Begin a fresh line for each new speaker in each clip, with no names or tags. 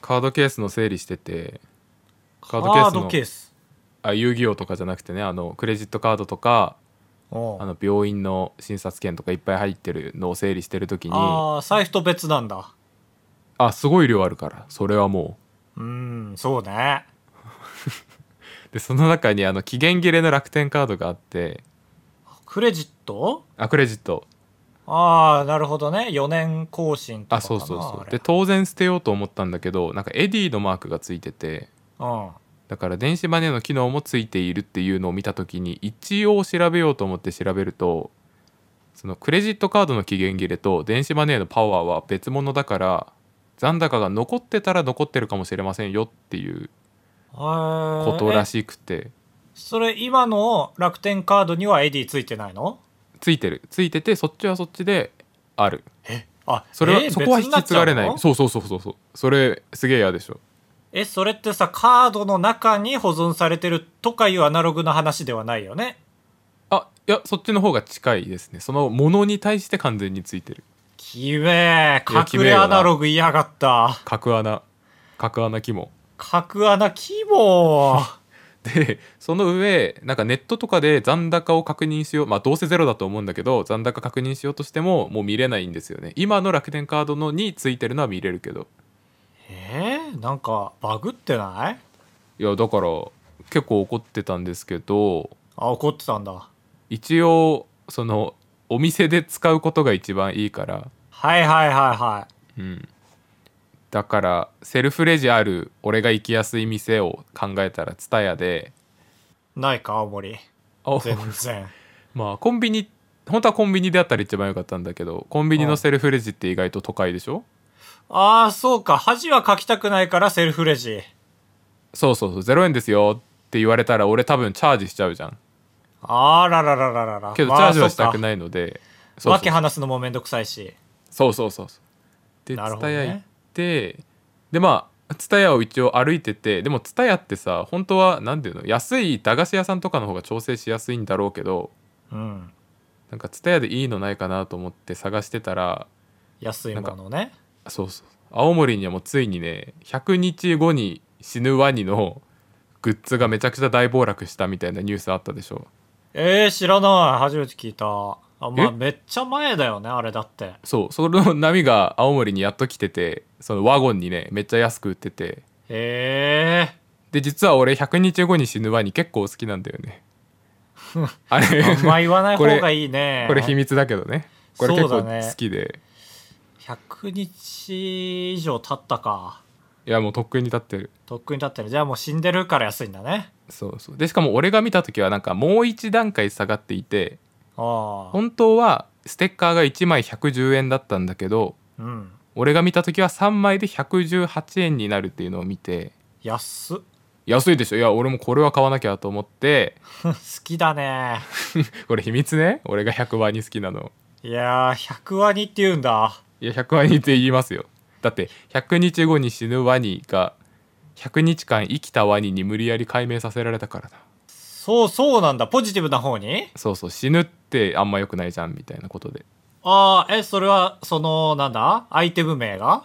カードケースの整理しててカ
カ
ードケー
ー
ス
ド
の
ケース
あ遊戯王とかじゃなくてねあのクレジットカードとか
おう
あの病院の診察券とかいっぱい入ってるのを整理してる時にあ
ああ財布と別なんだ
すごい量あるからそれはも
うーんそうね
うでその中にあの期限切れの楽天カードがあって
クレジット
あクレジット
ああなるほどね4年更新とか
あ
かな
そうそうそ
あ
う
れ
で当然捨てようと思ったんだけどなんかエディのマークがついてて
うん
だから電子マネーの機能もついているっていうのを見た時に一応調べようと思って調べるとそのクレジットカードの期限切れと電子マネーのパワーは別物だから残高が残ってたら残ってるかもしれませんよっていうこ
こと
らしくて
それ今の楽天カードにはエディついてないの
ついてるついててそっちはそっちである
あ
それは、
えー
そこは
別
引
にな
き
っち
継
ゃう
がれない
の
そうそうそうそうそうそれすげえ嫌でしょ
えそれってさカードの中に保存されてるとかいうアナログな話ではないよね
あいやそっちの方が近いですねそのものに対して完全についてる
きめえ
いやきめ
隠
え
れ
よな
アナログ嫌がった
角穴角穴肝
角穴キモ
でその上なんかネットとかで残高を確認しようまあどうせゼロだと思うんだけど残高確認しようとしてももう見れないんですよね今の楽天カードのについてるのは見れるけど
えー、なんかバグってない
いやだから結構怒ってたんですけど
あ怒ってたんだ
一応そのお店で使うことが一番いいから
はいはいはいはい
うんだからセルフレジある俺が行きやすい店を考えたら TSUTAYA で
ないか青森
あ
全 然
まあコンビニ本当はコンビニであったら一番良かったんだけどコンビニのセルフレジって意外と都会でしょ
ああそうか恥はかきたくないからセルフレジ
そうそうそう0円ですよって言われたら俺多分チャージしちゃうじゃん
あらららららら
けどチ
まあ
ャージはしたく
そうか
ないので、そう
わけ話すのもめんどくさいし
そうそうそうそうで
なるほ
蔦
どね
屋行って、でまあ蔦屋を一応歩いててでも蔦屋ってさ本当は何ていうの安い駄菓子屋さんとかの方が調整しやすいんだろうけど
うん
なんか蔦屋でいいのないかなと思って探してたら
安いものね
そうそう青森にはもうついにね100日後に死ぬワニのグッズがめちゃくちゃ大暴落したみたいなニュースあったでしょ
えー、知らない初めて聞いたあま
え
あめっちゃ前だよねあれだって
そうその波が青森にやっと来ててそのワゴンにねめっちゃ安く売ってて
へえ
で実は俺100日後に死ぬワニ結構好きなんだよね あれ
あんま言わない方がいいね
これ秘密だけどねこれ結
そ
構
うだね
好きで、
100日以上経ったか
いやもうとっくに立ってる
とっくに経ってるじゃあもう死んでるから安いんだね
そうそうでしかも俺が見た時はなんかもう一段階下がっていて
ああ
本当はステッカーが1枚110円だったんだけど
うん
俺が見た時は3枚で118円になるっていうのを見て
安っ
安いでしょいや俺もこれは買わなきゃと思って
好きだね
これ秘密ね俺が100ワニ好きなの
いやー100ワニって言うんだ
いや100ワニって言いますよだって100日後に死ぬワニが100日間生きたワニに無理やり解明させられたからだ
そうそうなんだポジティブな方に
そうそう死ぬってあんま良くないじゃんみたいなことで
ああえそれはそのなんだアイテム名が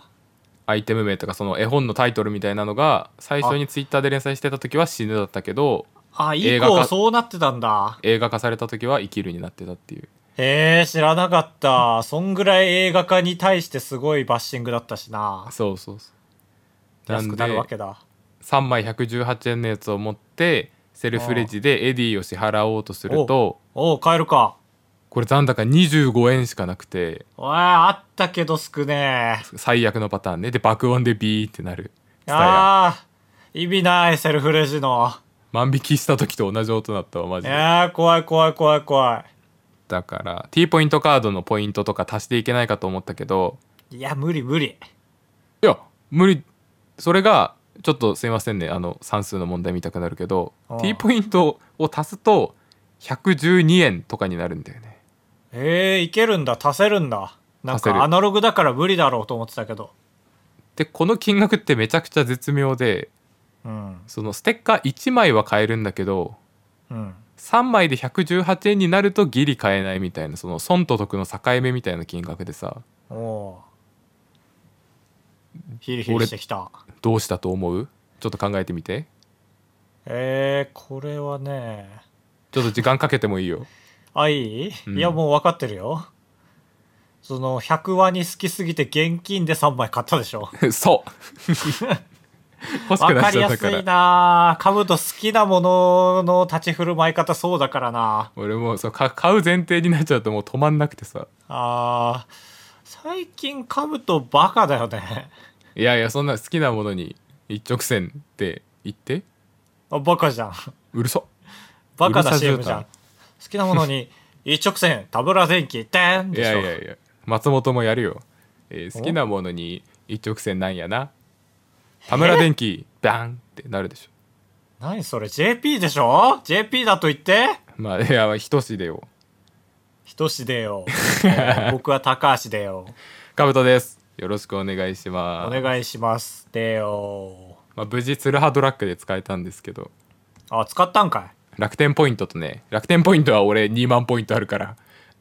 アイテム名とかその絵本のタイトルみたいなのが最初にツイッターで連載してた時は死ぬだったけど
ああ
映
以
画化
降そうなってたんだ
映画化された時は生きるになってたっていう
へえ知らなかったそんぐらい映画化に対してすごいバッシングだったしな
そうそうそう
安くなるわけだ
3枚118円のやつを持ってセルフレジでエディを支払おうとすると
おお買えるか
これ残高25円しかなくて
おいあったけど少ね
最悪のパターンねで爆音でビーってなる
え
TSUTAYA
ああ意味ないセルフレジの
万引きした時と同じ音だったわマジ
え
で
ー、怖い怖い怖い怖
だから T ポイントカードのポイントとか足していけないかと思ったけど
いいや無理無理
いや無理それがちょっとすいませんねあの算数の問題見たくなるけど
ああ
T ポイントを足すと112円とかになるんだよね
えー、いけるんだ足せるんだなん
足せる
かアナログだから無理だろうと思ってたけど
でこの金額ってめちゃくちゃ絶妙で
うん
そのステッカー1枚は買えるんだけど
うん
3枚で118円になるとギリ買えないみたいなその損と得の境目みたいな金額でさ
おおヒリヒリしてきた
どうしたと思うちょっと考えてみて
えー、これはね
ちょっと時間かけてもいいよ
あいい、
うん
いやもう分かってるよその100話に好きすぎて現金で3枚買ったでしょ
そう欲しく
分
な
か
っ
り
ちゃっ
や
た
す
か
い
ら
なカブト好きなものの立ち振る舞い方そうだからな
俺もうそうか買う前提になっちゃうともう止まんなくてさ
あー最近カブトバカだよね
いやいやそんな好きなものに一直線って言って
あバカじゃん
うるそう
バカ
うる
な
さ
CM じゃん
絨
好きなも のに一直線田村電機てん
い
でしょ
やいやいや松本もやるよ、えー好きなものに一直線なんやな田村電機バーンってなるでしょ
何それ JP でしょ JP だと言って
まあいやひとしでよ
人志 でよ僕は高橋でよ
かぶとですよろしくお願いし
お
ます、
願いしますでよ
まあ、無事ツルハドラッグで使えたんですけど
あ使ったんかい
楽天ポイントとね楽天ポイントは俺2万ポイントあるから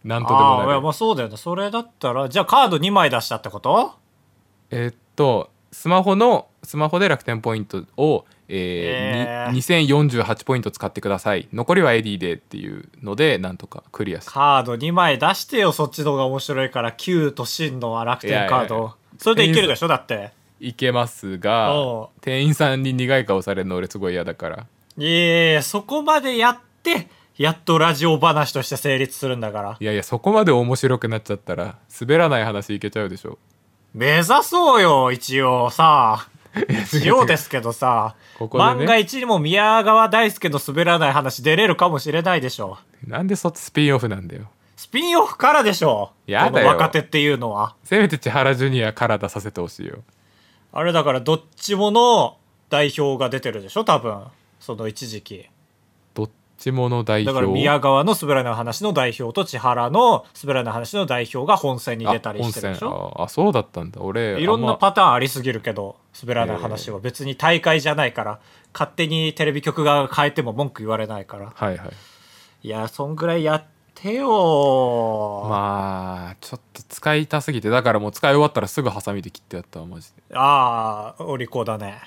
なんとでも
ああい
な
や
る
まあそうだよねそれだったらじゃあカード2枚出したってこと
えーっとスマホのスマホで楽天ポイントを、えー
えー
に2048ポイント使ってください残りはエディでっていうのでなんとかクリアした
カード2枚出してよそっちの方が面白いから旧と新の楽天カード
いやいやいや
それでいけるでしょだって
いけますが
おう
店員さんに苦い顔されるの俺すごい嫌だから
いやいやそこまでやってやっとラジオ話として成立するんだから
いやいやそこまで面白くなっちゃったら滑らない話いけちゃうでしょ
目指そうよ一応さ一応ですけどさ
ここでね
万が一にも宮川大輔の滑らない話出れるかもしれないでしょ
なんでそっちスピンオフなんだよ
スピンオフからでしょ
やだよ
この若手っていうのは
せめて千原ジュニアから出させてほしいよ
あれだからどっちもの代表が出てるでしょ多分その一時期
どっちもの代
だ
表
から宮川の滑らない話の代表と千原の滑らない話の代表が本戦に
あ
出たりしてるでしょ
本線ああそうだったんだ俺
いろん
あ
な
ま
パターンありすぎるけど滑らない話は別に大会じゃないから勝手にテレビ局側が変えても文句言われないから
はいはい
いやそんぐらいやってよ、
まあちょっと使いたすぎてだからもう使い終わったらすぐハサミで切ってやったわマジで
ああお利口 だね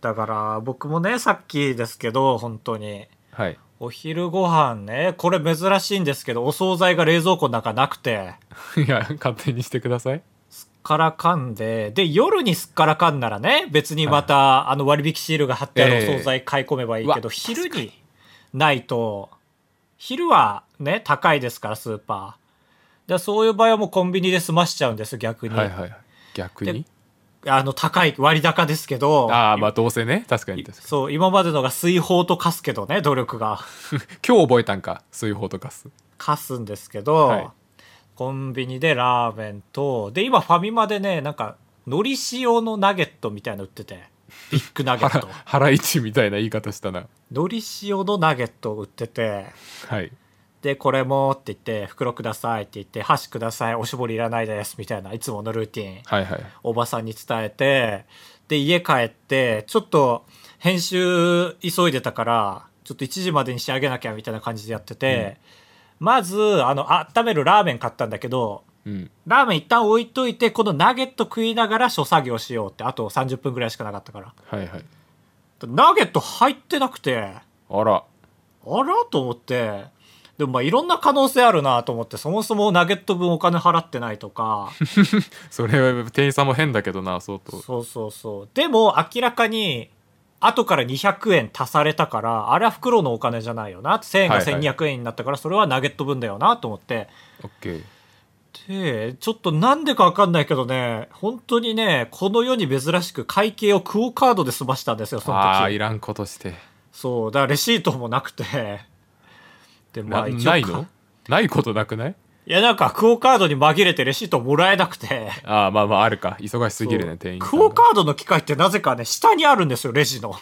だから僕もねさっきですけど本当に
はい
お昼ご飯ねこれ珍しいんですけどお惣菜が冷蔵庫の中なくて
いや勝手にしてください
すっからかんで、で、夜にすっからかんならね、別にまた、あの割引シールが貼ってあるお
ええ
惣菜買い込めばいいけ
う
ど、
わ
昼にないと、昼はね、高いですから、スーパー。でそういう場合はもうコンビニで済ましちゃうんですよ、逆に。
はいはいはい逆に
あの、高い、割高ですけど、
ああまあどうせね確かに確か
そう、今までのが水泡と貸すけどね、努力が。
に今日覚えたんか水泡とガス
貸すんですけど、
はい
コンビニでラーメンとで今ファミマでねなんかのり塩のナゲットみたいなの売っててビッグナゲ ッ
腹
ト
腹一みたいな言い方したな
のり塩のナゲット売ってて
はい
でこれもって言って袋くださいって言って箸くださいおしぼりいらないですみたいないつものルーティン
はいはい
おばさんに伝えてで家帰ってちょっと編集急いでたからちょっと1時までに仕上げなきゃみたいな感じでやってて、まずあの温めるラーメン買ったんだけど
うん
ラーメン一旦置いといてこのナゲット食いながら諸作業しようってあと30分ぐらいしかなかったから
はいはい
ナゲット入ってなくてあ
あら
らと思ってでもまあいろんな可能性あるなと思ってそもそもナゲット分お金払ってないとか
それは店員さんも変だけどな相当
そうそうそうでも明らかに後から200円足されたからあれは袋のお金じゃないよな1000円が1200円になったからそれはナゲット分だよなと思って、
オッケー
でちょっとなんでかわかんないけどね、本当にね、この世に珍しく会計をクオカードで済ましたんですよ、その
ああーい
時。
らんことして
そう、だからレシートもなくて。で、ま
な
あ一応
ない
か
のないことなくない
いや、なんかクオカードに紛れてレシートもらえなくて。
ああまあまああるか忙しすぎる
そ
ね
う
店員さんが
クオカードの機械ってなぜかね、下にあるんですよ、レジの。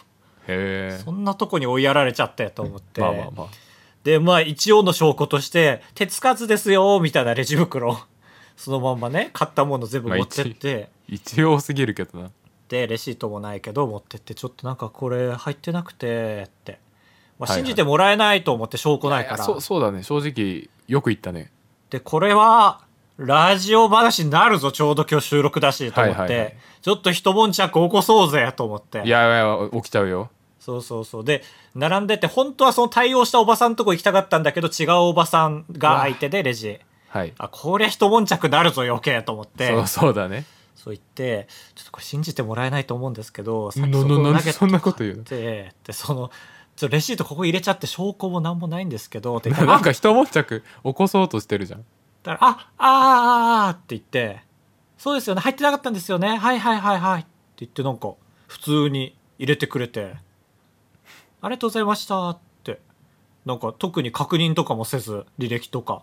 へえ
そんなとこに追いやられちゃって、と思って。
まあまあまあ
で、まあ一応の証拠として、手つかずですよ、みたいなレジ袋。そのまんまね、買ったもの全部持ってって。
一応すぎるけどな
でレシートもないけど持ってってちょっとなんかこれ入ってなくてって、まあ、
はいはい
信じてもらえないと思って証拠ないから、
そうそうだね正直よく言ったね
でこれはラジオ話になるぞ、ちょうど今日収録だし、と思って、
はいはいはい
ちょっと一悶着起こそうぜ、と思って。
いやいや起きちゃうよ
そうそうそう。で、並んでて、本当はその対応したおばさんとこ行きたかったんだけど、違うおばさんが相手でレジ。
はい
あ、こりゃ一悶着なるぞ、余計と思って。
そうそうだね
そう言って、ちょっとこれ信じてもらえないと思うんですけど、さ
な
っき
な
そこを投
なん
げ
で
て
そんなこと言うの
で、でその、ちょレシートここ入れちゃって証拠もなんもないんですけど、って言った
な
ら、
なんか一悶着起こそうとしてるじゃん
だから、あ、あーあー、あーって言って、そうですよね、入ってなかったんですよね、はいはいはいはいって言って、なんか、普通に入れてくれて、ありがとうございましたって、なんか、特に確認とかもせず、履歴とか、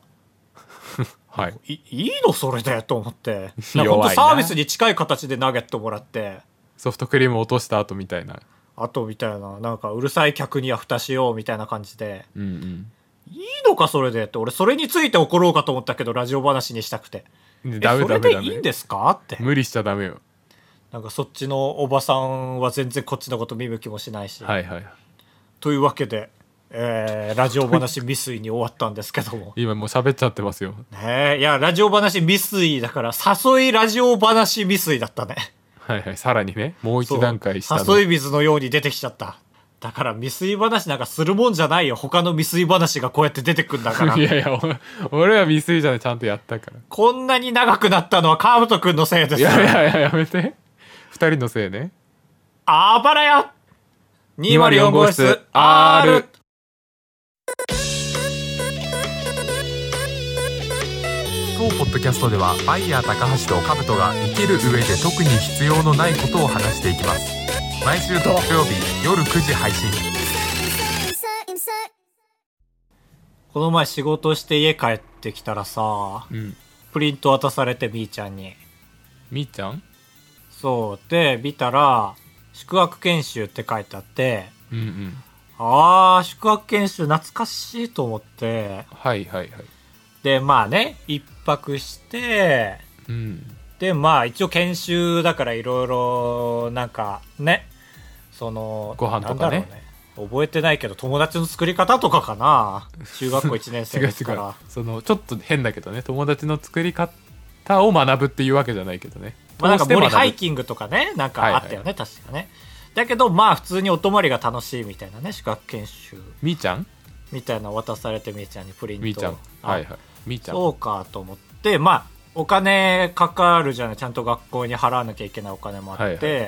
はい
いいいのそれでと 思って、
弱いな
なんか本当サービスに近い形で投げてもらって、
ソフトクリーム落とした後みたいな
あとみたいな、なんか、うるさい客には蓋しようみたいな感じで、
うんうん
いいのかそれでって、俺、それについて怒ろうかと思ったけど、ラジオ話にしたくて。
で
え
ダメ
そ
ダ
れ
メ
で
ダ
いいん
メ
ですかって。
無理しちゃダメよ
なんかそっちのおばさんは全然こっちのこと見向きもしないし。
はいはい。
というわけで、えーラジオ話未遂に終わったんですけども
今もう喋っちゃってますよ
ねえ、いや、ラジオ話未遂だから、誘いラジオ話未遂だったね。
はいはいさらにねもう一段階下
そう
の
誘い水のように出てきちゃった。だから未遂話なんかするもんじゃないよ。他の未遂話がこうやって出てくんだから
い。やいやお 俺は未遂じゃないちゃんとやったから
こんなに長くなったのはカブト君のせいです
い
よ。
やいやいややめて二人のせいね
あばらや !204
204
号
号
室
室
R!
R 当ポッドキャストではバイヤー高橋と兜が生きる上で特に必要のないことを話していきます毎週土曜日夜9時配信
insert, insert.
この前仕事して家帰ってきたらさ、
うん
プリント渡されてみーちゃんに。
みーちゃん
そう。で、見たら、宿泊研修って書いてあって、
うんうん
あー、宿泊研修懐かしいと思って、
はいはいはい
で、まあね、一泊して、
うん
で、まあ一応研修だからいろいろ、なんかね、その、
ご飯とかね
なんだろう覚えてないけど、友達の作り方とかかな中学校1年
違う
生
違
で
う
すから。
そのちょっと変だけどね友達の作り方を学ぶっていうわけじゃないけどね
まあなんか
通して学ぶ
森ハイキングとかね、なんかあったよね、確かね。だけど、まあ普通にお泊まりが楽しいみたいなね、宿泊研修
みーちゃん
みたいなの渡されてみーちゃんにプリント
みーちゃん
あ
はいはいみーちゃん
そうかと思って、まあお金かかるじゃない、ちゃんと学校に払わなきゃいけないお金もあって、
は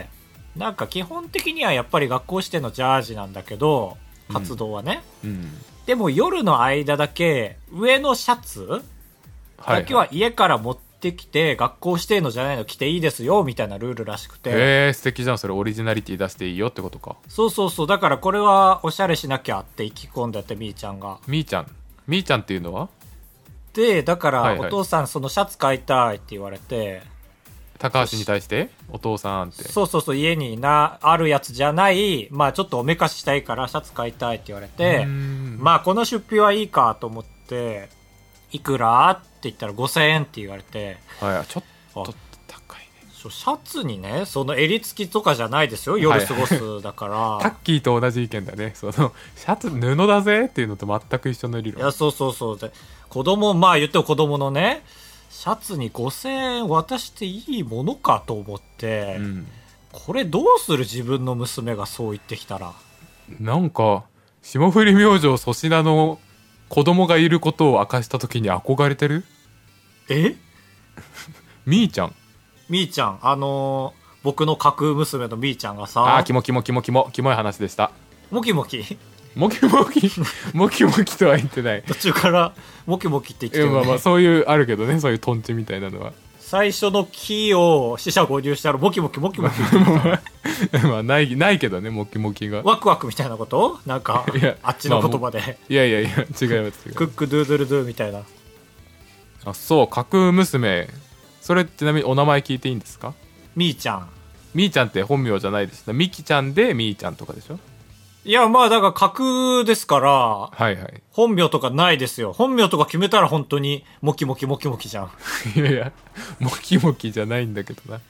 なんか基本的にはやっぱり学校指定のジャージなんだけど、活動はね。
うん
でも夜の間だけ、上のシャツ
はい
だけは家から持ってきて、学校指定のじゃないの着ていいですよ、みたいなルールらしくて。
へえ素敵じゃんそれオリジナリティ出していいよってことか
そうそうそう。だからこれはおしゃれしなきゃって意気込んでて、みーちゃんが。
みーちゃんみーちゃんっていうのは
で、だか
はい
ら
はい
お父さんそのシャツ買いたいって言われて、
高橋に対してお父さんって
そうそうそう、家にな、あるやつじゃない、まあちょっとおめかししたいからシャツ買いたいって言われて、
ま
まあこの出費はいいかと思って、いくらって言ったら5000円って言われて、
はいちょっ
あ
と高いね
そうシャツにね、その襟付きとかじゃないですよ、夜過ごすだから。
タ ッキーと同じ意見だねそ のシャツ布だぜっていうのと全く一緒の理
いや、
論
そうそうそう。で、子供、まあ言っても子供のね、シャツに5000円渡していいものかと思って、
うん
これどうする自分の娘がそう言ってきたら。
なんか霜降り明星粗品の子供がいることを明かした時に憧れてる
え
みーちゃん
みーちゃん、あのー僕の架空娘のみーちゃんがさ、
あーキモキモキモキモキモい話でした
モキモキ、
モキモキ モキモキとは言ってない
途中からモキモキって言って
い
る
や
よね、
まあまあそういうあるけどねそういうトンチみたいなのは
最初の木を四捨五入したらモキモキモキモキ、
まあないないけどねモキモキが
ワクワクみたいなことなんか
いや、
あっちの言葉で、
いやいやいや違います違い
ク
ま
ックドゥードゥルドゥみたいな。
すあそう架空娘それちなみにお名前聞いていいんですか
みーちゃん。
みーちゃんって本名じゃないですねみきちゃんでみーちゃんとかでしょ
いや、まあ、だから架空ですから、
はいはい
本名とかないですよ。本名とか決めたら本当に、モキモキモキモキじゃん。
いやいやモキモキじゃないんだけどな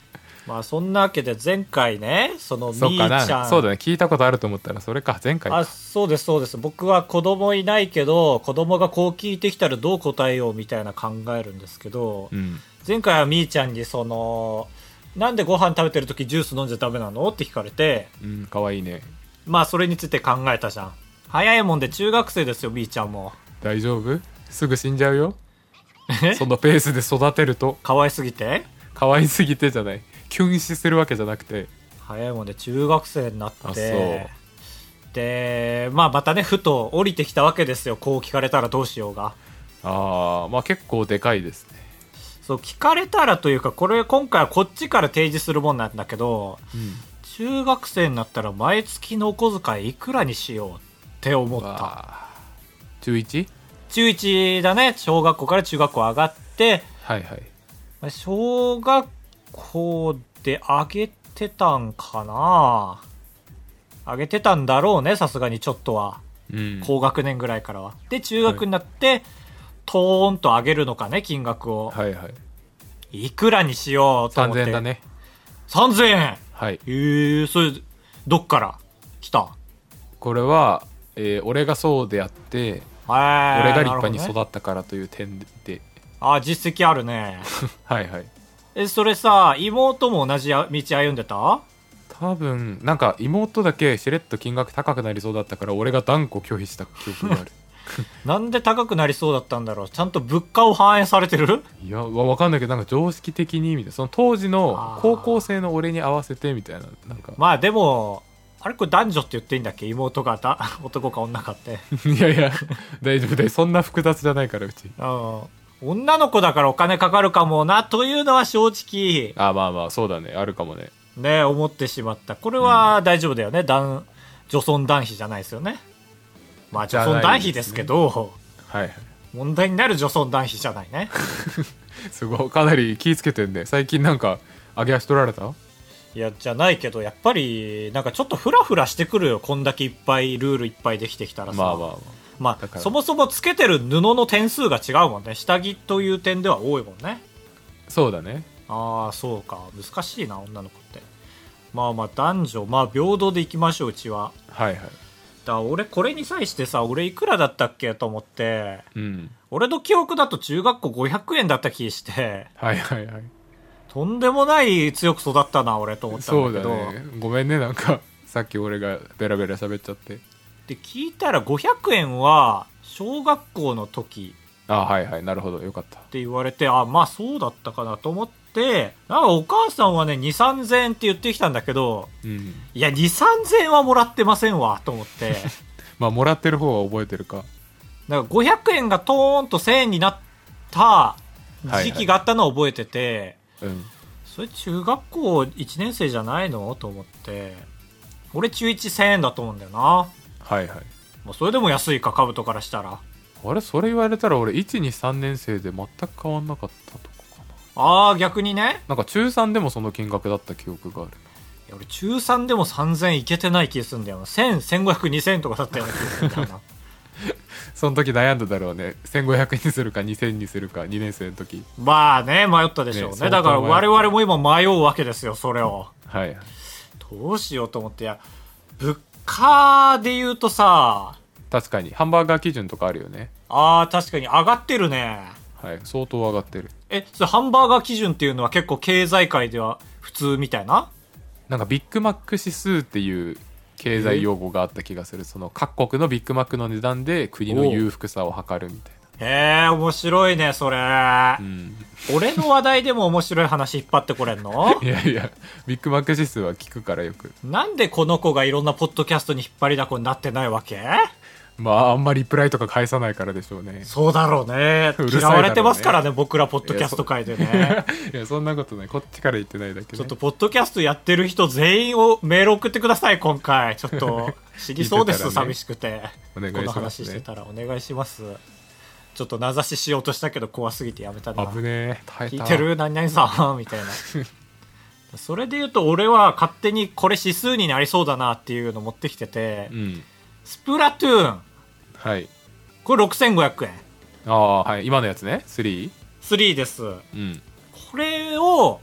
まあそんなわけで前回ねそのみ
そっか
ーちゃ
な、
ん
そうだね、聞いたことあると思ったら、それか、前回
あ
か。
そうですそうです僕は子供いないけど子供がこう聞いてきたらどう答えようみたいな考えるんですけど、
うん。
前回はみーちゃんにそのなんでご飯食べてる時ジュース飲んじゃダメなのって聞かれて
うん、かわいいね。
まあそれについて考えたじゃん早いもんで中学生ですよみーちゃ んも
大丈夫すぐ死んじゃうよ
え。
そのペースで育てると、
可愛すぎて
可愛すぎてじゃない。キュン死するわけじゃなくて。
早いもんで中学生にな
あ
っ
そう
てで、まあ、またねふと降りてきたわけですよこう聞かれたらどうしようが
ああ、まあ結構でかいですね。
そう聞かれたらというかこれ今回はこっちから提示するもんなんだけど中学生になったら毎月のお小遣いいくらにしようって思
う
った
わあ。中 1?
中1だね小学校から中学校上がって
はいはい。
まあ小学校で上げてたんかな上げてたんだろうねさすがにちょっとは
うん。
高学年ぐらいからはで中学になってトーンと上げるのかね金額を
はいはい。
いくらにしようと思って
3000円だね。
3000円
はい。
ええそれどっから来た
これは、えー俺がそうであって、
はい
俺が立派に
なるほどね
育ったからという点で、
あ実績あるね
はいはい
えそれさ妹も同じ道歩んでた
多分なんか妹だけしれっと金額高くなりそうだったから俺が断固拒否した記憶 がある
なんで高くなりそうだったんだろうちゃんと物価を反映されてる
いやわわかんないけどなんか常識的にみたいなその当時
あ
の
ー
高校生の俺に合わせてみたいななんか
まあでもあれこれ男女って言っていいんだっけ妹がだ 男か女かって
いやいや 大丈夫だよそんな複雑じゃないからうち
うん女の子だからお金かかるかもなというのは正直
あまあまあそうだねあるかもね
ね思ってしまったこれは大丈夫だよね、男女尊男卑じゃないですよねまあ
じ
女
ゃ
尊
な
男
いですね
卑ですけど
はいはい
問題になる女尊男卑じゃない ね
すごいかなり気ぃつけてんね最近なんか上げ足取られた
いやじゃないけどやっぱりなんかちょっとフラフラしてくるよこんだけいっぱいルールいっぱいできてきたらさ
まあまあまあ
まあ
だから
そもそもつけてる布の点数が違うもんね下着という点では多いもんね
そうだね
ああそうか難しいな女の子ってまあまあ男女まあ平等でいきましょううちは
はいはい
だから俺これに際してさ俺いくらだったっけと思って
うん
俺の記憶だと中学校500円だった気して
はいはいはい
とんでもない強く育ったな俺と思った
そ
ん
う
だ
だ
けど
ねごめんねなんか さっき俺がベラベラ喋っちゃって
で聞いたら500円は小学校の時
あはいはいなるほどよかった
って言われてあまあそうだったかなと思ってなんかお母さんはね2 3 0 0円って言ってきたんだけど
うん
いや2 3 0 0円はもらってませんわと思って。
まあもらってる方は覚えてるか
なんか500円がトーンと1000円になった時期があったのを覚えてて、
うん
それ中学校1年生じゃないのと思って俺中11000円だと思うんだよな、
はいはい
まあ、それでも安いかカブトからしたら
あれそれ言われたら俺123年生で全く変わんなかったとこかな
ああ逆にね
なんか中3でもその金額だった記憶がある
いや俺中3でも3000円いけてない気がするんだよな100015002000とかだったような気がするんだよ な
その時悩んだだろうね1500にするか2000にするか2年生の時
まあね迷ったでしょうね
ね相当
だから
迷った
我々も今迷うわけですよそれを
はい
どうしようと思っていや物価で言うとさ
確かにハンバーガー基準とかあるよね
あー確かに上がってるね
はい相当上がってる
えそれハンバーガー基準っていうのは結構経済界では普通みたいな
なんかビッグマック指数っていう経済用語があった気がするその各国のビッグマックの値段で国の裕福さを測るみたい
へえ面白いねそれ、
なうん
俺の話題でも面白い話引っ張ってこれんの
いやいやビッグマック指数は聞くからよく
なんでこの子がいろんなポッドキャストに引っ張りだこになってないわけ
まああんまりリプライとか返さないからでしょうね
そうだろう ね
うるさいだろうね
嫌われてますからね僕らポッドキャスト界でね
いやそんなことないこっちから言ってないだけ、ね、
ちょっとポッドキャストやってる人全員をメール送ってください今回ちょ っと知りそうです、
聞いてたらね
寂しくて
お願いし
こ
ますね
の話してたらお願いしますちょっと名指ししようとしたけど怖すぎてやめたな
危ねえ耐え
聞
た
い てる何々さんみたいなそれで言うと俺は勝手にこれ指数になりそうだなっていうの持ってきてて、
うん
スプラトゥーン
はい
これ6500円
ああはい今のやつね3
3です
うん
これを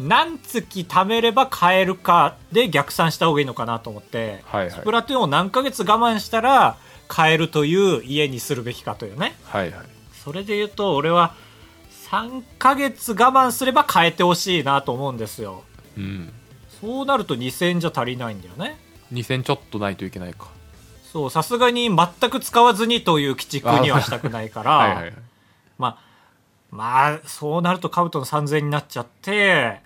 何月貯めれば買えるかで逆算した方がいいのかなと思って、
はいはい
スプラトゥーンを何ヶ月我慢したら買えるという家にするべきかというね
はいはい
それで言うと俺は3ヶ月我慢すれば変えてほしいなと思うんですよ
うん
そうなると2000じゃ足りないんだよね
2000ちょっとないといけないか
そうさすがに全く使わずにという鬼畜にはしたくないから
はいはいはい
まあ、まあ、そうなるとカブトの3000円になっちゃって、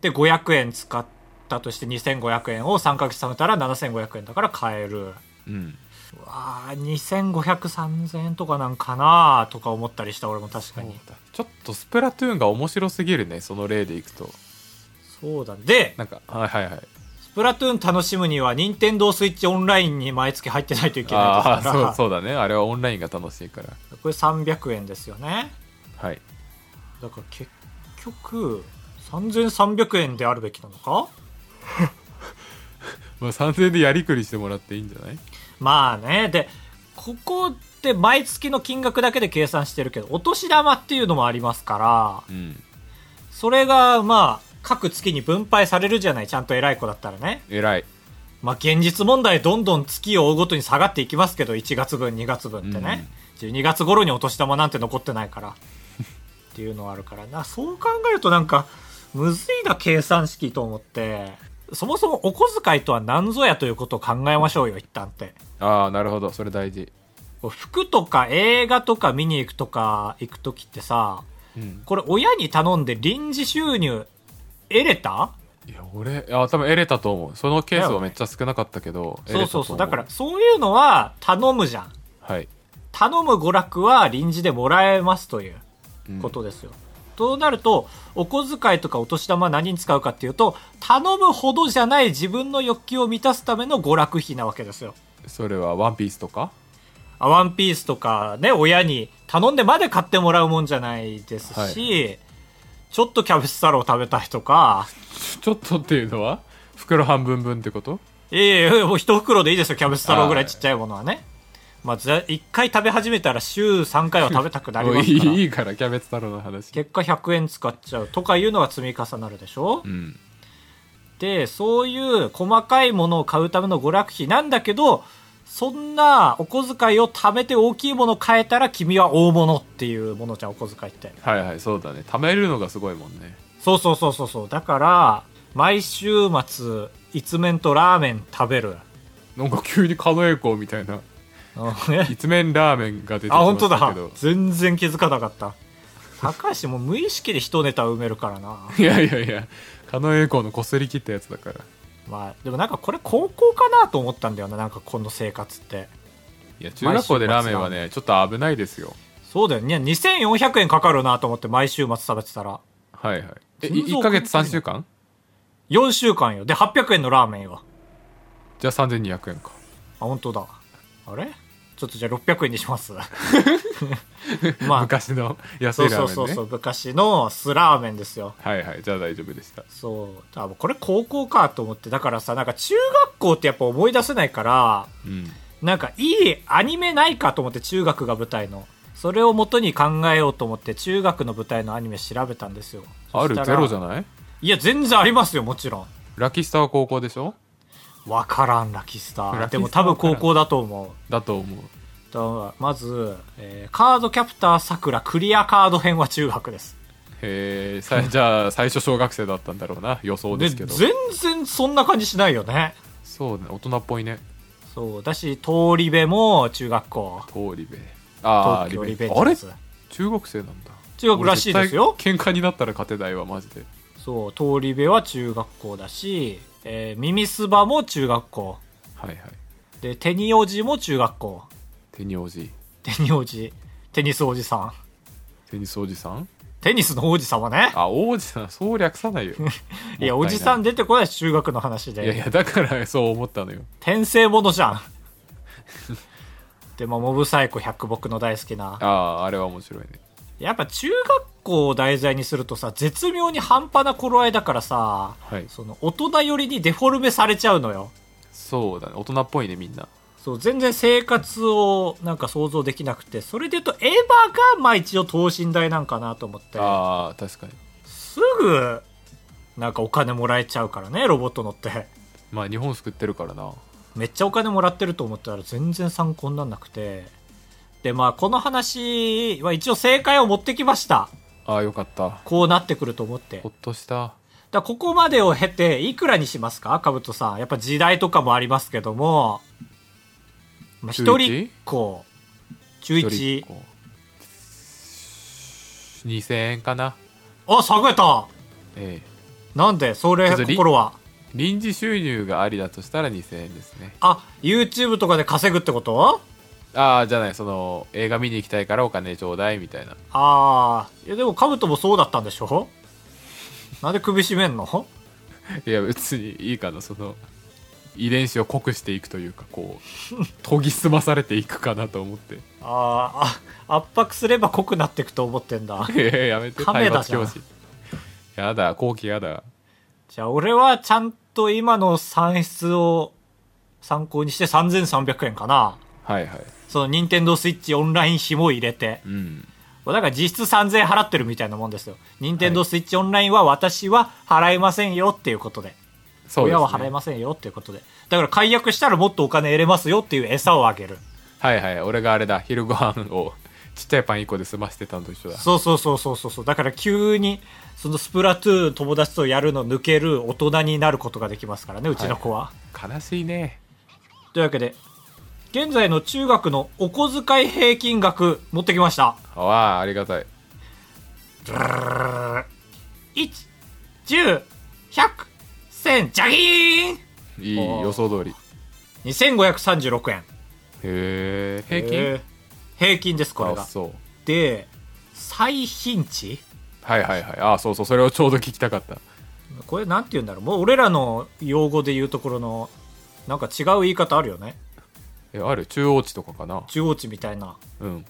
で、500円使ったとして2500円を3ヶ月貯めたら7500円だから買える。
うん
ああ、2500、3000円とかなんかなとか思ったりした俺も確かに。
ちょっとスプラトゥーンが面白すぎるねその例でいくと
そうだ。で、
なんかはいはいはい
スプラトゥーン楽しむには、任天堂スイッチオンラインに毎月入ってないといけない
あ
で
あ
す
ー
から、
そうそうだねあれはオンラインが楽しいから
これ300円ですよね。
はい
だから結局、3300円であるべきなのか
まあ3000でやりくりしてもらっていいんじゃない
まあね、で、ここって毎月の金額だけで計算してるけど、お年玉っていうのもありますから、
うん
それがまあ、各月に分配されるじゃない、ちゃんと偉い子だったらね。
偉い
まあ現実問題どんどん月を追うごとに下がっていきますけど、1月分、2月分ってね。12月頃にお年玉なんて残ってないから。っていうのはあるからな。そう考えるとなんか、むずいな計算式と思って、そもそもお小遣いとは何ぞやということを考えましょうよ、一旦って。
ああなるほどそれ大事
服とか映画とか見に行くとか行く時ってさ
うん
これ親に頼んで臨時収入得れた
いや俺あ多分得れたと思うそのケース
だよ
はめ
ね
っちゃ少なかったけど、得れた
そう
と
そ
思
うそうだからそういうのは頼むじゃん
はい、
頼む娯楽は臨時でもらえますという
うん
ことですよ、となるとお小遣いとかお年玉は何に使うかっていうと頼むほどじゃない自分の欲求を満たすための娯楽費なわけですよ
それはワンピースとか
あワンピースとかね、親に頼んでまで買ってもらうもんじゃないですし、
は
ちょっとキャベツ太郎食べたいとか、
ちょっとっていうのは袋半分分ってこと
ええもう一袋でいいですよ、キャベツ太郎ぐらい
はい
ちっちゃいものはね。まあ、ざ一回食べ始めたら週3回は食べたくなり
もう
ま
い
すから
いいいからキャベツ太郎の話
結果100円使っちゃうとかいうのが積み重なるでしょ、
うん
で、そういう細かいものを買うための娯楽費なんだけど、そんなお小遣いを貯めて大きいものを買えたら君は大物っていうものじゃん、お小遣いって。
はいはいそうだね貯めるのがすごいもんね
そうそうそうそうそうだから毎週末一面とラーメン食 べる
なんか急に狩野英孝みたい な
あ
一面ラーメンが出てきま
本当
した
だ
けど
全然気づかなかった高橋も無意識で一ネタ埋めるからない
やいやいや狩野英孝のこすり切ったやつだから
まあでもなんかこれ高校かなと思ったんだよななんかこの生活って
いや中学校でラーメンはねちょっと危ないですよ
そうだよね2400円かかるなと思って毎週末食べてたら
はいはいえ
心臓
1ヶ月
関
3
係な
週
い
間
4週間よで800円のラーメンよ
じゃあ3200円か
あ本当だあれちょっとじゃあ600円にします まあ
昔の安
そ
いう
そ
ラ
うそう
ーメ
そ
ン
う
ね
昔の酢ラーメンですよ
はいはいじゃあ大丈夫でした
そうあこれ高校かと思ってだからさなんか中学校ってやっぱ思い出せないから
うん
なんかいいアニメないかと思って中学が舞台のそれを元に考えようと思って中学の舞台のアニメ調べたんですよ
あるゼロじゃ
ん
ない
いや全然ありますよもちろん
ラキスタは高校でしょ
わからんラキス
ラ
タ
キスタ
ーでも多分高校だと思う
だと思う
だからまず、えーカードキャプターさくらクリアカード編は中学です
へえさ じゃあ最初小学生だったんだろうな予想
で
ですけど
全然そんな感じしないよね
そうね大人っぽいね
そうだし通り部も中学校
通り部ああ
東京リベンジ
あれ
です
中学生なんだ
中学らしいですよ
俺絶対喧嘩になったら勝てないわマジで
そう通り部は中学校だし、えー、耳すばも中学校
はいはい
で手におじも中学校
手におじ
手におじテニスおじさん
テニスおじさん
テニスの王子様ね
あ王子さんそう略さ ないよもった
いやおじさん
い
出てこないし中学の話で
ないやいやだから そう思ったのよ
転生ものじゃ んでもモブサイコ百僕の大好きな
あああれは面白いね
やっぱ中学校を題材にするとさ絶妙に半端な頃合いだからさ
はい
その大人寄りにデフォルメされちゃうのよ
そうだね大人っぽいねみんな
そう、全然生活をなんか想像できなくて、それで言うとエヴァがまあ一応等身大なんかなと思って、
ああ確かに
すぐなんかお金もらえちゃうからねロボット乗って
まあ日本救ってるからな
めっちゃお金もらってると思ったら全然参考になんなくてでまあこの話は一応正解を持ってきました
ああよかった
こうなってくると思って
ほっとした
だからここまでを経ていくらにしますかかぶとさんやっぱ時代とかもありますけどもまあ
中
一
一
人っ子中
一
1
人っ子2000円かな
あ下げた
ええ
なんでそれ
ちょっとり
心は
臨時収入がありだとしたら2000円ですね
あ YouTube とかで稼ぐってこと
ああじゃないその映画見に行きたいからお金ちょうだいみたいな
ああいやでもかぶともそうだったんでしょなんで首絞めんの
いや別にいいかなその遺伝子を濃くしていくというかこ う研ぎ澄まされていくかなと思って
あーあ圧迫すれば濃くなっていくと思ってんだ
いやいややめて
亀
体
田
罰
じゃん
教師やだ後期やだ
じゃあ俺はちゃんと今の算出を参考にして3300円かな
はいはい
その任天堂スイッチオンライン紐を入れて
うん
だから実質3000円払ってるみたいなもんですよ任天堂スイッチオンラインは私は払いませんよっていうことで
そうです、ね、
親は払いませんよっていうことでだから解約したらもっとお金得れますよっていう餌をあげる
はいはい俺があれだ昼ご飯をちっちゃいパン1個で済ませてたのと一緒だ
そうそうそうそうそうそうだから急にそのスプラトゥーン友達とやるの抜ける大人になることができますからねうちの子は、
悲しいね
というわけで現在の中学のお小遣い平均額持ってきました
ああありがたい
110100100ジャギーン
いい
おー
予想通り
2536円
へえ平
え
均
ー平均ですこれ
あ
が
そう
で最頻値
はいはいはいあそうそうそれをちょうど聞きたかった
これなんて言うんだろうもう俺らの用語で言うところのなんか違う言い方あるよね
えある中央値とかかな
中央値みたいな
うん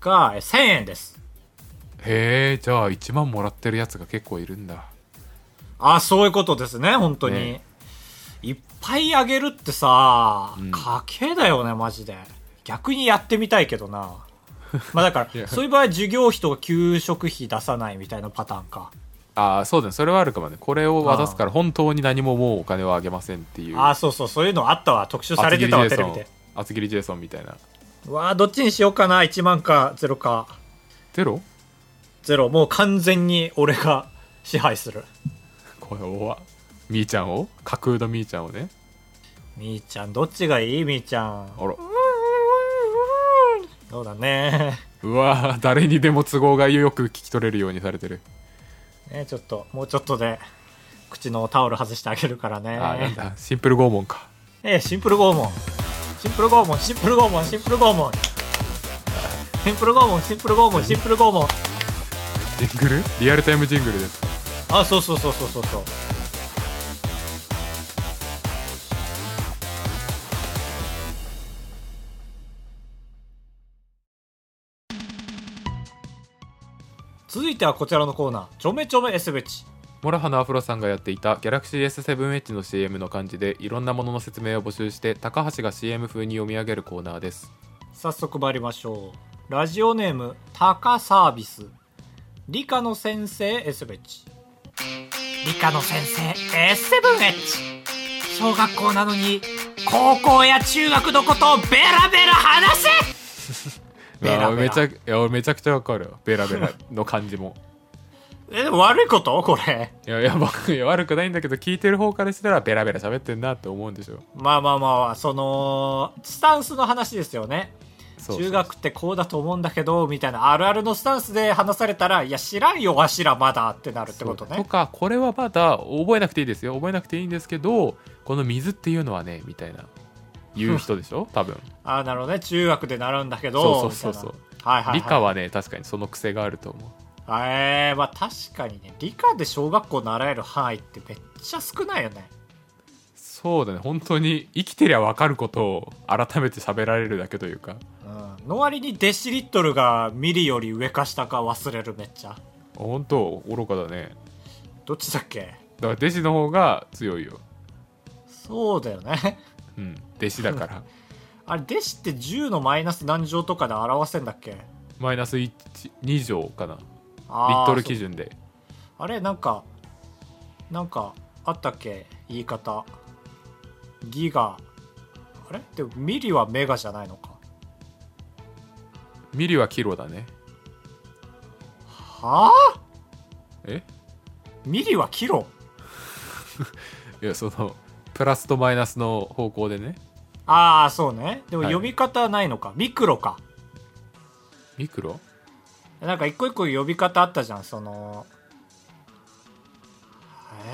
がえ1000円です
へえじゃあ1万もらってるやつが結構いるんだ
あそういうことですね本当に、
ね
いっぱいあげるってさ、
うん
家計だよねマジで逆にやってみたいけどなまあだか
い
ら
や
そういう場合授業費とか給食費出さないみたいなパターンか
ああそうだねそれはあるかもねこれを渡すから本当に何ももうお金はあげませんっていう
あそうそうそういうのあったわ特集されてたわ
厚
テ
切
レ
りジェ
ビ
イソ
で
ン厚切りジェイソンみたいな
うわあどっちにしようかな1万か0か
ゼロ
0もう完全に俺が支配する
これはみーちゃんを架空のみーちゃんをね
みーちゃんどっちがいいみーちゃ
あ
ん
ら
そうだね
うわー誰にでも都合がよく聞き取れるようにされてる、
ねちょっともうちょっとで口のタオル外してあげるからね
ああーなんだシンプル拷問か
ええシンプル拷問シンプル拷問シンプル拷問シンプル拷問シンプル拷問シンプル拷問シンプル拷問
ジングルリアルタイムジングルです
あそうそうそうそうそうそう続いてはこちらのコーナーちょめちょめエスベチ
モラハのアフロさんがやっていたギャラクシー S7H の CM の漢字でいろんなものの説明を募集して高橋が CM 風に読み上げるコーナーです
早速参りましょうラジオネームタカサービス理科の先生 S ベッチ理科の先生 S7H 小学校なのに高校や中学のことをベラベラ話せベラベラ
いやめちゃいや俺めちゃくちゃわかるよベラベラの感じ も
えでも悪いことこれ
いやいや僕いや悪くないんだけど聞いてる方からしたらベラベラ喋ってんなって思うんでしょ
まあまあまあそのスタンスの話ですよね
そう
中学ってこうだと思うんだけどみたいなあるあるのスタンスで話されたらいや知らんよわしらまだってなるってこと
そう
ね
とかこれはまだ覚えなくていいですよ覚えなくていいんですけどこの水っていうのはねみたいな言う人でしょ多 分
ああなるほどね中学で習うんだけど
そうそうそうそう
みたいなはいはい、はい、
理科はね確かにその癖があると思う
えー、まあ確かにね理科で小学校習える範囲ってめっちゃ少ないよね
そうだね本当に生きてりゃ分かることを改めて喋られるだけというか
うんの割にデシリットルがミリより上か下か忘れるめっちゃ
本当愚かだね
どっちだっけ
だから弟子の方が強いよ
そうだよね
うん弟子だから
あれ弟子って10のマイナス何乗とかで表せんだっけ
マイナス12乗かなリ
あー
ットル
そう
基準で
あれなんかなんかあったっけ言い方ギガあれでもミリはメガじゃないのか
ミリはキロだね
はあ
え
ミリはキロ
いやそのプラスとマイナスの方向でね
ああそうねでも
はい
読み方ないのか、ミクロか
ミクロ
なんか一個一個呼び方あったじゃんその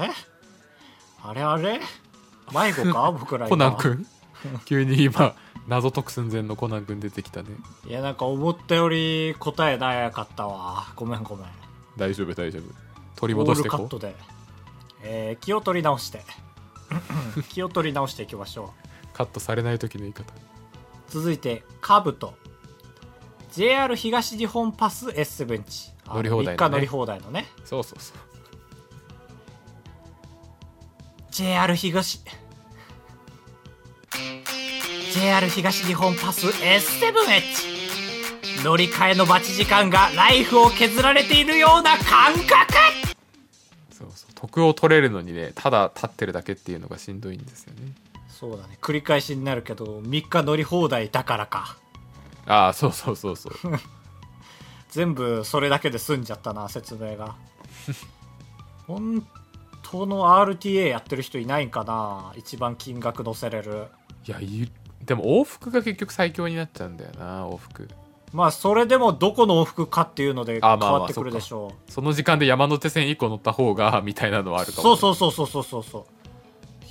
えあれあれ迷子 か僕ら
コ
今
ナン 君急に今謎解く寸前のコナン君出てきたね
いやなんか思ったより答えなかったわごめんごめん
大丈夫大丈夫取り
オ
戻
ー
して
ルカッ
こ
トで、えー気を取り直して 気を取り直していきましょ
うカットされない時の言い方
う続いてカブト JR 東日本パス S ベンチあの
乗り放題のね
3日乗り放題のね
そうそうそう
JR 東 JR 東日本パス S7H 乗り換えの待ち時間がライフを削られているような感覚
そうそう得を取れるのにねただ立ってるだけっていうのがしんどいんですよね
そうだね繰り返しになるけど3日乗り放題だからか
ああそうそうそう そう
全部それだけで済んじゃったな説明 が本当の RTA やってる人いないんかな一番金額乗せれる
いやいでも往復が結局最強になっちゃうんだよな往復
まあそれでもどこの往復かっていうので変
あまあまあ
わってくるでしょう、
その時間で山手線1個乗った方が みたいなのはあるかも、
そうそうそうそうそうそうそう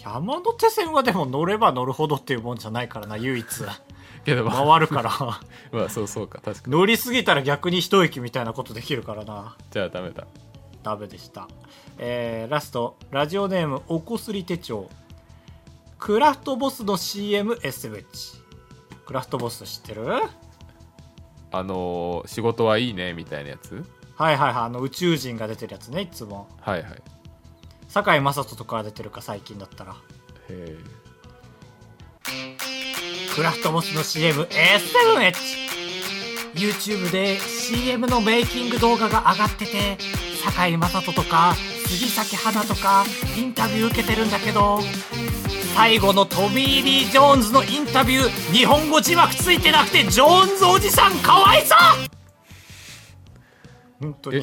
山手線はでも乗れば乗るほどっていうもんじゃないからな 唯一
けどまあ、
回るから
まあ、そうそうか確かに
乗りすぎたら逆に一息みたいなことできるからな
じゃあダメだ
ダメでしたえー、ラストラジオネームおこすり手帳クラフトボスの CMSH クラフトボス知ってるはい
あのー仕事はいいねみたいなやつ
はいはいあの宇宙人が出てるやつねいつも
はいはいへ
堺井雅人とかが出てるか最近だったら
え
クラフトモスの CMS7HYouTube で CM のメイキング動画が上がってて堺井雅人とか杉咲花とかインタビュー受けてるんだけど最後のトミー・リー・ジョーンズのインタビュー日本語字幕ついてなくてジョーンズおじさんかわいそう本当に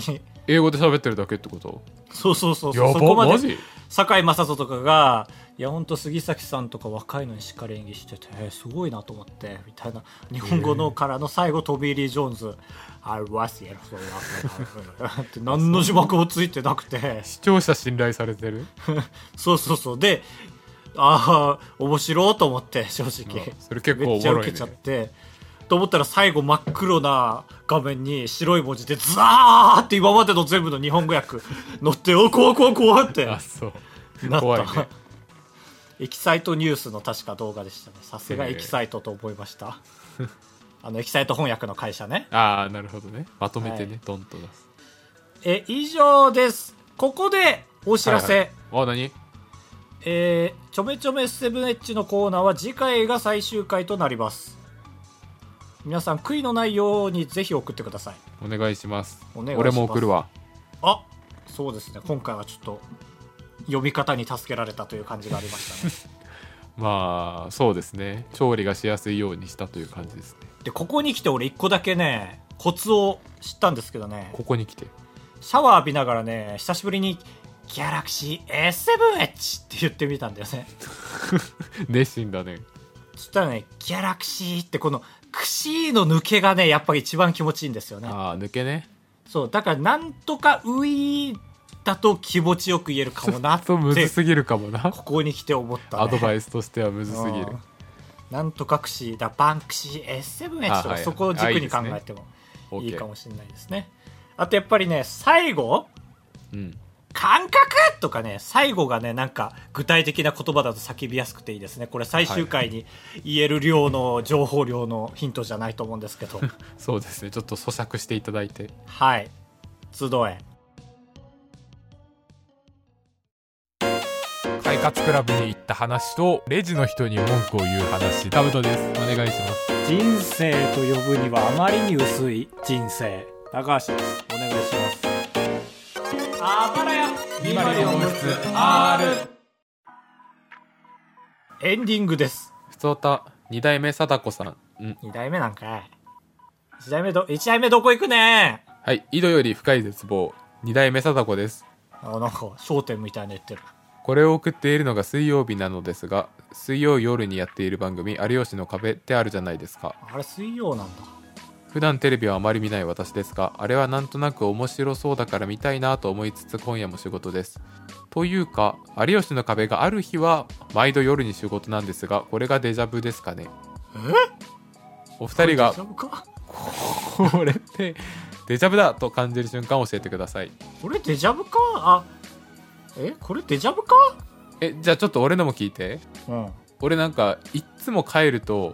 え英語で喋ってるだけってこと
そうそうそう
や
そう
ば
そこま
マ
で
ジ
堺雅人とかが「いやほんと杉咲さんとか若いのにしっかり演技しててえーすごいなと思って」みたいな日本語のからの最後トビー・リー・ジョーンズ「I was here for love」って何の字幕もついてなくて
視聴者信頼されてる
そうそうそうでああ面白いと思って正直
うんそれ結構
めっちゃ
おもろ
受
いね
けちゃってと思ったら最後真っ黒な画面に白い文字でザーって今までの全部の日本語訳載ってお怖い怖い怖いって
あそう
なった
怖いね
エキサイトニュースの確か動画でしたねさすが
へえ
エキサイトと思いました、あのエキサイト翻訳の会社ね
ああなるほどねまとめてね、
はい
ドンと出す
え以上ですここでお知らせ、
はいはいあ何
えーちょめちょめセブンエッジのコーナーは次回が最終回となります皆さん悔いのないようにぜひ送ってください
お願いします
お願いします
俺も送るわ
あそうですね今回はちょっと読み方に助けられたという感じがありましたね
まあそうですね調理がしやすいようにしたという感じですね
でここに来て俺一個だけねコツを知ったんですけどね
ここに来て
シャワー浴びながらね久しぶりに「ギャラクシー S7H」って言ってみたんだよね
熱心だね
そしたらね「ギャラクシー」ってこの「クシー」の抜けがねやっぱり一番気持ちいいんですよね
ああ抜けね
そうだからなんとか「ウイー」だと気持ちよく言えるかもな
あ
って
とむずすぎるかもな
ここに来て思った、ね、
アドバ
イ
イスとしてはむずすぎる
なんとかクシーだバンクシー S7H と
あは
か
い
そこを軸
あいい
に
で
考
すね
えても
OK
いいかもしれないですねあとやっぱりね最後
うん
感覚とかね、最後がね、なんか具体的な言葉だと叫びやすくていいですね。これ最終回に言える量の情報量のヒントじゃないと思うんですけど。
そうですねちょっと咀嚼していただいて
はい。集え。
快活クラブに行った話とレジの人に文句を言う話タブトですお願いします
人生と呼ぶにはあまりに薄い人生。高橋です。お願いします。あばらや
204号室 R
エンディングです
ふつおた2代目貞子さんうん
2代目なんかい1代目ど一代目どこ行くね
はい井戸より深い絶望2代目貞子です
あなんか焦点みたいな言ってる
これを送っているのが水曜日なのですが水曜夜にやっている番組「有吉の壁」ってあるじゃないですか
あれ水曜なんだ
普段テレビはあまり見ない私ですがあれはなんとなく面白そうだから見たいなと思いつつ今夜も仕事ですというか有吉の壁がある日は毎度夜に仕事なんですがこれがデジャブですかねお二人が
大丈夫か
これってデジャブだと感じる瞬間を教えてください
これデジャブかあえこれデジャブか
えじゃあちょっと俺のも聞いて
うん
俺なんかいっつも帰ると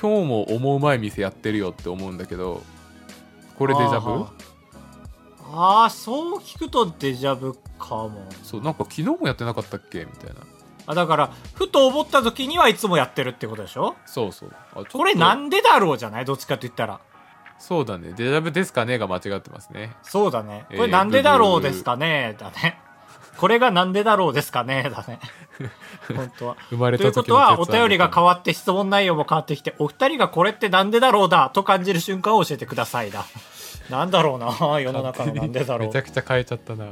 今日も思うまい店やってるよって思うんだけどこれデジャ
あー
ブ
はあーそう聞くとデジャブかも
そうなんか昨日もやってなかったっけみたいな
あだからふと思った時にはいつもやってるってことでしょ
そうそうあちょっと
これなんでだろうじゃないどっちかと言ったら
そうだねデジャブですかねが間違ってますね
そうだね
え
こ
ー
れなんでだろうですかね、だねこれがなんでだろうですかねだ ね本当は
生まれ
とい
た
うこ
時
と
の
はお便りが変
わ
わって質問内容も変わってきてお二人がこれってなんでだろうだと感じる瞬間を教えてくださいだなんだろうな世の中のなんでだろう
めちゃくちゃ変えちゃったな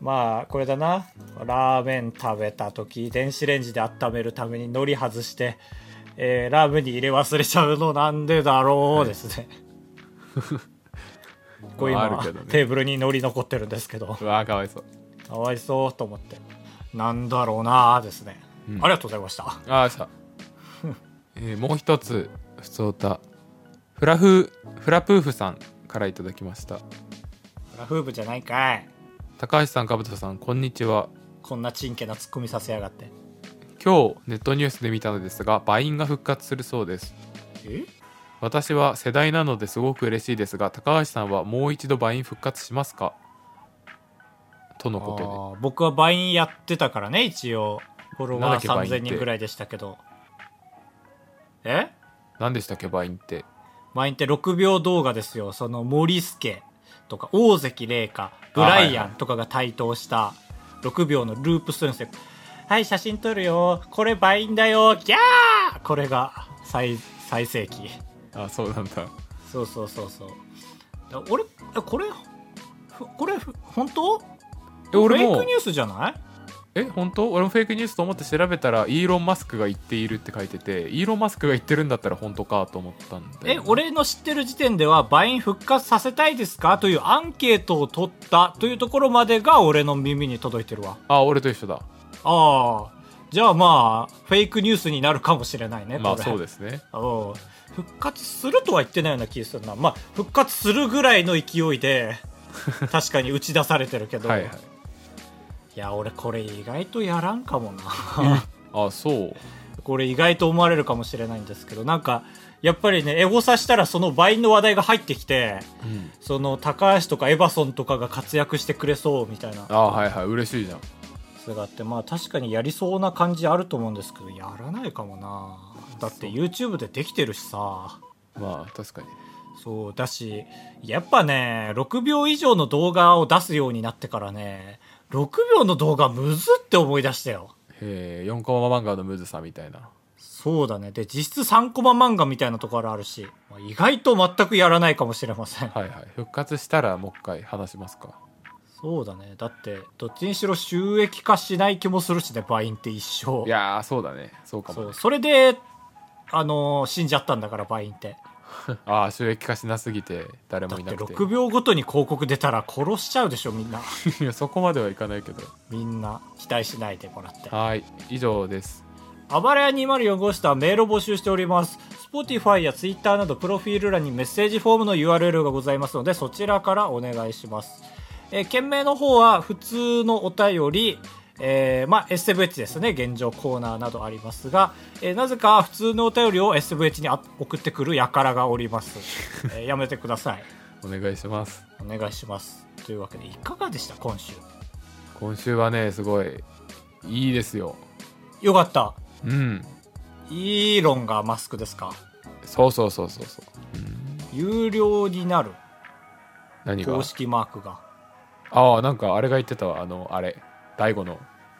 まあこれだなラーメン食べた時電子レンジで温めるために海苔外して、えーラーメンに入れ忘れちゃうのなんでだろうです ね、こ
ま
う
あ
今、
あるけどね
テーブルに海苔残ってるんですけど
うわーかわいそう
かわいそうと思ってなんだろうなーですね、
うん
ありがとうございました
ああさ、 えーもう一つ普通歌フラフフラプーフさんからいただきました
ラフーブじゃないかい
高橋さんかぶとさんこんにちは
こんなちんけなツッコミさせやがって
今日ネットニュースで見たのですがバインが復活するそうです
え
私は世代なのですごく嬉しいですが高橋さんはもう一度バイン復活しますかとのこと
あー僕はバインやってたからね一応フォロワー
なんだっけバインっ
3000
て
人ぐらいでしたけどえ
で何でしたっけバインって
バインって6秒動画ですよその森助とか大関玲香ブライアンとかが対等した6秒のループするんですよはい写真撮るよこれバインだよギャーこれが最最盛期
あそうなんだ
そうそうそうそうだ俺えこれふこれふ本当
え俺も
フェイクニュースじゃない
え本当俺もフェイクニュースと思って調べたらイーロン・マスクが言っているって書いててイーロン・マスクが言ってるんだったら本当かと思ったんで
え、俺の知ってる時点では、バイン復活させたいですかというアンケートを取ったというところまでが俺の耳に届いてるわ。
あ俺と一緒だ
ああ。じゃあまあ、フェイクニュースになるかもしれないね、
まあそう
で
ですね
復活するとは言ってないような気がするな。まあ、復活するぐらいの勢い で、確かに打ち出されてるけど。
はいはい
いや、俺これ意外とやらんかもな。
あそう
これ意外と思われるかもしれないんですけど、なんか、やっぱりね、エゴサしたらそのバインの話題が入ってきて、
うん
その高橋とかエヴァソンとかが活躍してくれそうみたいな
あはいはい嬉しいじゃん
それがあってまあ確かにやりそうな感じあると思うんですけどやらないかもなだって YouTube でできてるしさ
まあ確かに
そうだしやっぱね6秒以上の動画を出すようになってからね6秒の動画むずって思い出したよ
へえ4コマ漫画のムズさみたいな
そうだねで実質3コマ漫画みたいなところあるしまあ意外と全くやらないかもしれません
はいはい復活したらもう一回話しますか
そうだねだってどっちにしろ収益化しない気もするしねバインって一生
いやーそうだねそうか
そ
も
うそれで、あのー死んじゃったんだからバインって
ああ収益化しなすぎて誰
だ
も
っ
い
て
なくて
6秒ごとに広告出たら殺しちゃうでしょみんな
いやそこまではいかないけど
みんな期待しないでもらって
はい以上です
暴れ屋204号室はメールを募集しております Spotify や Twitter などプロフィール欄にメッセージフォームの URL がございますのでそちらからお願いします、えー件名の方は普通のお便りえーまあ、SVH ですね現状コーナーなどありますが、えーなぜか普通のお便りを SVH にあ送ってくる輩がおります、えーやめてください
お願いします
お願いしますというわけでいかがでした今週
今週はねすごいいいですよ
よかった
うん
イーロンがマスクですか
そうそうそうそうそう
有料になる
何が
公式マークが
ああなんかあれが言ってたわあのあれ大悟の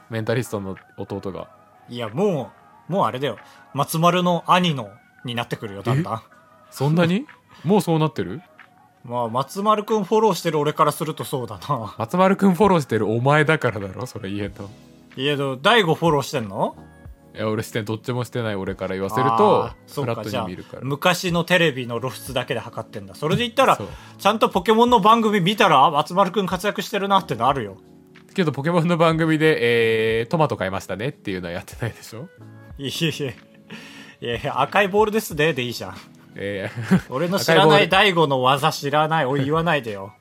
メンタリストの弟が
いや、もう、もうあれだよ。松丸の兄の、になってくるよ、だんだん。
そんな にもうそうなってる
まあ、松丸くんフォローしてる俺からするとそうだな。
松丸くんフォローしてるお前だからだろそれ言えと
いや、でも、大悟フォローしてんの
いや俺してどっちもしてない俺から言わせる
あ
と
ーそ
フ
う
ラッ
か、
ト
じゃ
に
あ
見るから、
昔のテレビの露出だけで測ってんだ。それで言ったら
そう、
ちゃんとポケモンの番組見たら、あ松丸くん活躍してるなってなるよ。
けどポケモンの番組で、えートマト買いましたねっていうのはやってないでしょ
いやいやいやいや、赤いボールですね、でいいじゃん。
えー
俺の知らな
赤い
い
ボ
大悟の技知らない、おい言わないでよ。